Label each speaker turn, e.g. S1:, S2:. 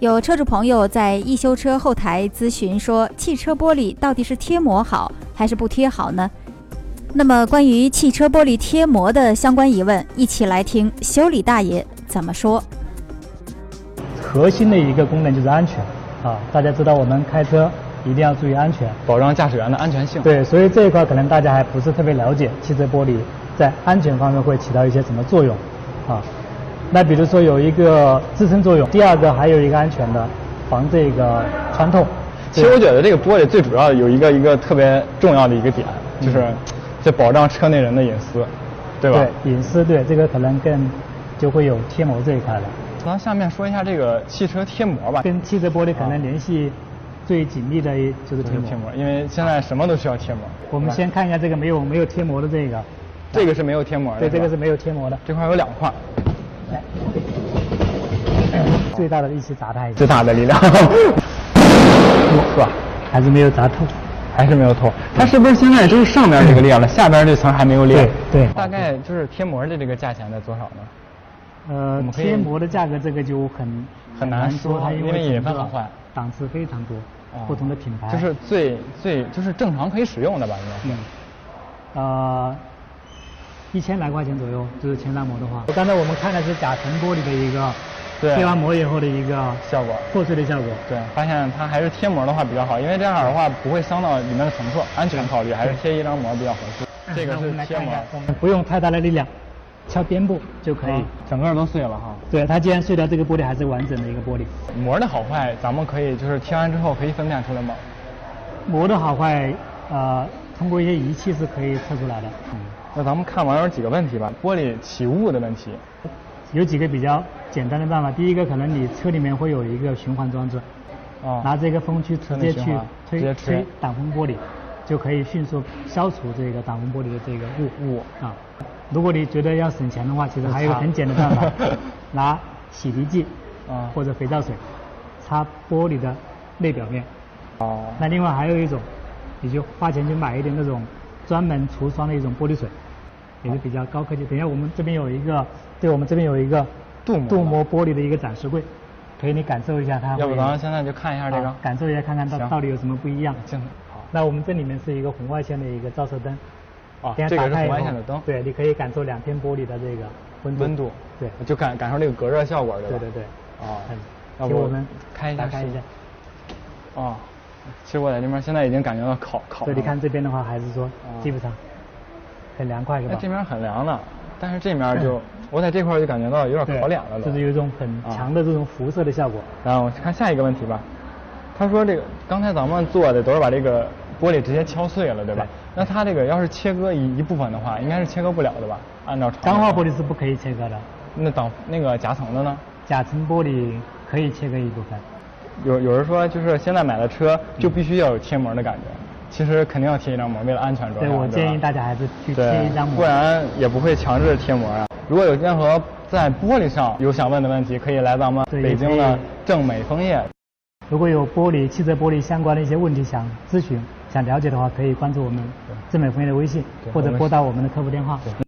S1: 有车主朋友在易修车后台咨询说，汽车玻璃到底是贴膜好还是不贴好呢？那么关于汽车玻璃贴膜的相关疑问，一起来听修理大爷怎么说。
S2: 核心的一个功能就是安全啊，大家知道我们开车一定要注意安全。
S3: 保障驾驶员的安全性。，
S2: 对，所以这一块可能大家还不是特别了解，汽车玻璃在安全方面会起到一些什么作用啊？那比如说有一个支撑作用，第二个还有一个安全的防这个穿透。
S3: 其实我觉得这个玻璃最主要有一个一个特别重要的一个点，就是
S2: 嗯
S3: 在保障车内人的隐私，对吧？
S2: 隐私对这个可能更就会有贴膜这一块了，
S3: 那下面说一下这个汽车贴膜吧，
S2: 跟汽车玻璃可能联系最紧密的一就是
S3: 啊就是
S2: 贴膜。啊
S3: 贴膜，因为现在什么都需要贴膜。
S2: 我们
S3: 对吧
S2: 先看一下这个没有没有贴膜的这个，
S3: 这个是没有贴膜的，
S2: 对，这个是
S3: 吧
S2: 没有贴膜的。
S3: 这块有两块，
S2: 来，最大的力气砸它一下
S3: 最，大的力量，呵，
S2: 还是没有砸透。
S3: 还是没有透。它是不是现在这是上面这个裂了，下边这层还没有裂？
S2: 对对
S3: 大概就是贴膜的这个价钱在多少呢？我
S2: 呃
S3: 们，可以
S2: 贴膜的价格这个就很
S3: 很难
S2: 难
S3: 说
S2: 它
S3: 因
S2: 因
S3: 为
S2: 整
S3: 也分
S2: 个
S3: 好坏
S2: 档次非常多
S3: 哦，
S2: 不同的品牌。
S3: 就是最最就是正常可以使用的吧，应该是
S2: 嗯。，呃，一千来块钱左右，就是前挡膜的话。刚才我们看的是甲层玻璃的一个
S3: 对
S2: 贴完膜以后的一个
S3: 效果
S2: 破碎的效果。
S3: 对，发现它还是贴膜的话比较好，因为这样的话不会伤到里面的乘客，安全考虑还是贴一张膜比较合适。这
S2: 嗯
S3: 个
S2: 那我
S3: 是
S2: 们来
S3: 贴
S2: 看一
S3: 膜
S2: 下，，我们不用太大的力量，敲边部就可以。
S3: 啊整个都碎了哈。
S2: 对，它既然碎掉，这个玻璃还是完整的一个玻璃。
S3: 膜的好坏，咱们可以就是贴完之后可以分辨出来吗？
S2: 膜的好坏，呃，通过一些仪器是可以测出来的。嗯
S3: 那咱们看网友几个问题吧，玻璃起雾的问题，
S2: 有几个比较简单的办法，第一个可能你车里面会有一个循环装置，
S3: 啊、
S2: 拿这个风去直接
S3: 车内
S2: 去
S3: 循环
S2: 推
S3: 直接吹
S2: 推挡风玻璃，就可以迅速消除这个挡风玻璃的这个雾
S3: 雾，
S2: 啊。如果你觉得要省钱的话，其实还有一个很简单的办法 拿洗涤剂
S3: 啊
S2: 或者肥皂水擦玻璃的内表面。
S3: 哦，
S2: 那另外还有一种，你就花钱去买一点那种专门除霜的一种玻璃水，也是比较高科技。等一下我们这边有一个，对我们这边有一个
S3: 镀膜的
S2: 镀膜玻璃的一个展示柜，可以你感受一下它会有。
S3: 要不咱们现在就看一下这个
S2: 好感受一下看看到
S3: 行
S2: 到底有什么不一样。
S3: 镜好
S2: 那我们这里面是一个红外线的一个照射灯，
S3: 啊，
S2: 等一
S3: 这
S2: 下打
S3: 个是
S2: 开
S3: 红
S2: 以后
S3: 外线的灯，，
S2: 对，你可以感受两片玻璃的这个温度。
S3: 温度，
S2: 对，
S3: 就感感受这个隔热效果，对
S2: 对
S3: 吧？
S2: 对对。
S3: 哦
S2: 嗯，
S3: 要
S2: 请
S3: 不
S2: 我们
S3: 开一下
S2: 打开
S3: 试
S2: 一下。
S3: 哦，其实我在这边现在已经感觉到烤烤
S2: 对，
S3: 了。
S2: 你看这边的话，还是说
S3: 哦
S2: 基本上很凉快，是
S3: 那
S2: 吧？
S3: 哎这边很凉的，但是这面就、我在这块儿就感觉到有点
S2: 对
S3: 烤脸了都。
S2: 就是有一种
S3: 啊
S2: 很强的这种辐射的效果。
S3: 然后我看下一个问题吧。他说这个刚才咱们做的都是把这个玻璃直接敲碎了，对吧？
S2: 对
S3: 那他这个要是切割一一部分的话，应该是切割不了的吧？按照常理
S2: 钢化玻璃是不可以切割的，
S3: 那挡那个夹层的呢？
S2: 甲层玻璃可以切割一部分。
S3: 有有人说就是现在买了车就必须要有贴膜的感觉，其实肯定要贴一张膜，为了安全着
S2: 对，
S3: 想。
S2: 我
S3: 对吧
S2: 建议大家还是去
S3: 对，
S2: 贴一张膜。
S3: 不然也不会强制贴膜啊。如果有任何在玻璃上有想问的问题，可以来咱们
S2: 对
S3: 北京
S2: 也可
S3: 的
S2: 以
S3: 正美枫叶。
S2: 如果有玻璃、汽车玻璃相关的一些问题想咨询、想了解的话，可以关注我们正美枫叶的微信
S3: 对，
S2: 或者
S3: 我们
S2: 拨打我们的客服电话。
S3: 对